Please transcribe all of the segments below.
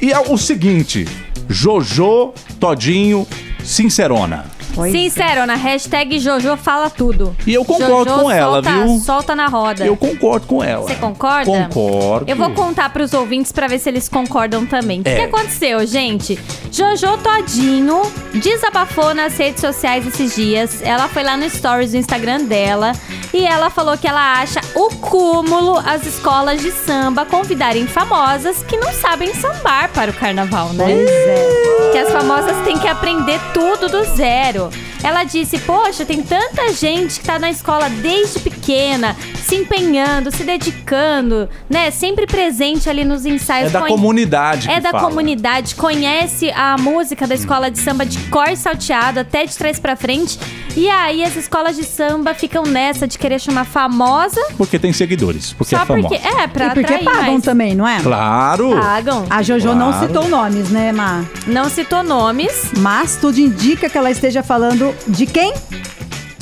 E é o seguinte: Jojo, Todinho, Sincerona. Pois é. Sincero, na hashtag Jojo fala tudo. E eu concordo Jojo com ela, solta- viu? Solta na roda. Eu concordo com ela. Tá. Você concorda? Concordo. Eu vou contar pros ouvintes pra ver se eles concordam também. O que, É. que aconteceu, gente? Jojo Todinho desabafou nas redes sociais esses dias. Ela foi lá no stories do Instagram dela e ela falou que ela acha o cúmulo as escolas de samba convidarem famosas que não sabem sambar para o carnaval, né? Pois é. que as famosas têm que aprender tudo do zero. Ela disse: Poxa, tem tanta gente que tá na escola desde pequena, se empenhando, se dedicando, né? Sempre presente ali nos É ensaios. da conhe- comunidade. É que da tipo fala. Hum. comunidade, conhece a música da escola de samba de cor e salteado até de trás pra frente. E aí as escolas de samba ficam nessa de querer chamar famosa Porque tem seguidores. Porque só é famosa. porque. Ah, É, pra E porque atrair pagam Ah. mais. também, não é? Claro. Pagam. A Jojo não Claro. citou nomes, né, Má? Não citou nomes. Mas tudo indica que ela esteja falando de quem?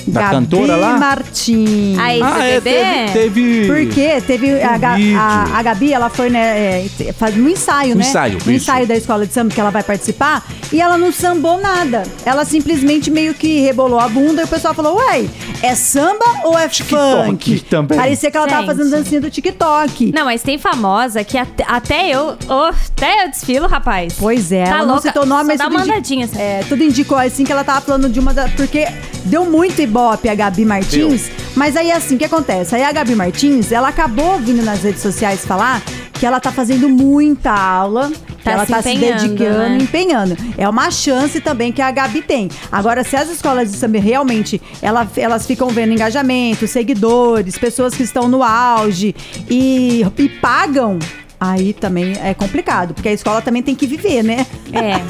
Da Gabi cantora lá? Martins. Aí, Ah, é, bebê? teve, teve. Porque teve a, Ga- Um vídeo. a, a Gabi, ela foi né, é, faz um ensaio, Um né? ensaio, isso. um ensaio da escola de samba que ela vai participar e ela não sambou nada. Ela simplesmente meio que rebolou a bunda e o pessoal falou: "Uai, é samba ou é TikTok funk?" também. Parecia que ela tava Gente. fazendo dancinha do TikTok. Não, mas tem famosa que at- até eu. ô, até eu desfilo, rapaz. Pois é, Tá ela não louca. citou nome, Só mas dá tudo, uma indi- andadinha, assim. é, tudo indicou assim que ela tava falando de uma da, porque deu muito ibope a Gabi Martins, mas aí assim, o que acontece? Aí a Gabi Martins, ela acabou vindo nas redes sociais falar que ela tá fazendo muita aula, que Tá ela se tá se empenhando, dedicando, né? empenhando. É uma chance também que a Gabi tem. Agora, se as escolas de samba realmente ela- elas ficam vendo engajamento, seguidores, pessoas que estão no auge e, e pagam, aí também é complicado, porque a escola também tem que viver, né? É.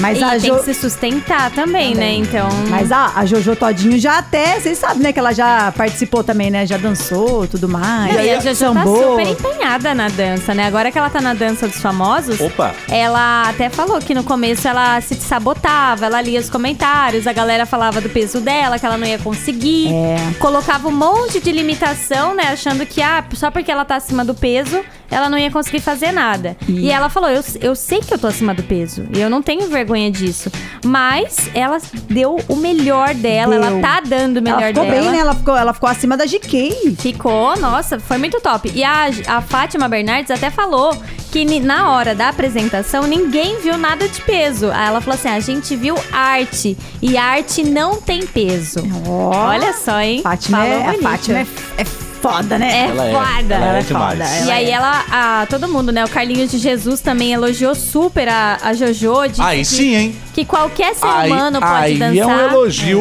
Mas e a tem Jo- que se sustentar também, né? Então. Mas a, a Jojo Todinho já até, vocês sabem, né? Que ela já participou também, né? Já dançou, tudo mais. Não, e a Jojo tá sambou. super empenhada na dança, né? Agora que ela tá na dança dos famosos, Opa. ela até falou que no começo ela se sabotava, ela lia os comentários, a galera falava do peso dela, que ela não ia conseguir. É. Colocava um monte de limitação, né? Achando que, ah, só porque ela tá acima do peso, ela não ia conseguir fazer nada. E, ela falou: eu, eu sei que eu tô acima do peso. E eu não tenho vergonha disso. Mas ela deu o melhor dela, Deu. ela tá dando o melhor Ela ficou dela. bem, né? Ela ficou, ela ficou acima da GK. Ficou, nossa, foi muito top. E a, a Fátima Bernardes até falou que ni- na hora da apresentação ninguém viu nada de peso. Aí ela falou assim: a gente viu arte e arte não tem peso. Olha só, hein? Fátima Falou é, a bonito. né? Fátima é, é foda, né? É Ela é, foda. ela é é demais. foda, E ela aí é. ela, a- todo mundo, né? O Carlinhos de Jesus também elogiou super a, a Jojo. disse Aí que- sim, hein? Que qualquer é ser aí humano pode aí dançar. é um elogio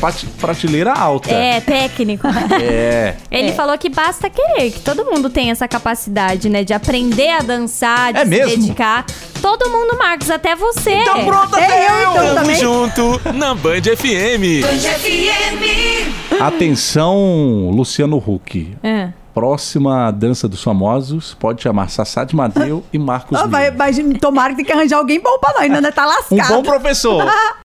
prate- prateleira alta. É, técnico. É. Ele falou que basta querer, que todo mundo tem essa capacidade, né? De aprender a dançar, de É se mesmo? dedicar. Todo mundo, Marcos, até você. Então pronto, É até eu, então, Tamo também. junto na Band FM. Atenção, Luciano Huck. É. Próxima dança dos famosos pode chamar Sassá de Mateu e Marcos Ah, Miller. vai, vai, tomara que tem que arranjar alguém bom pra nós, ainda tá Um lascado. bom professor.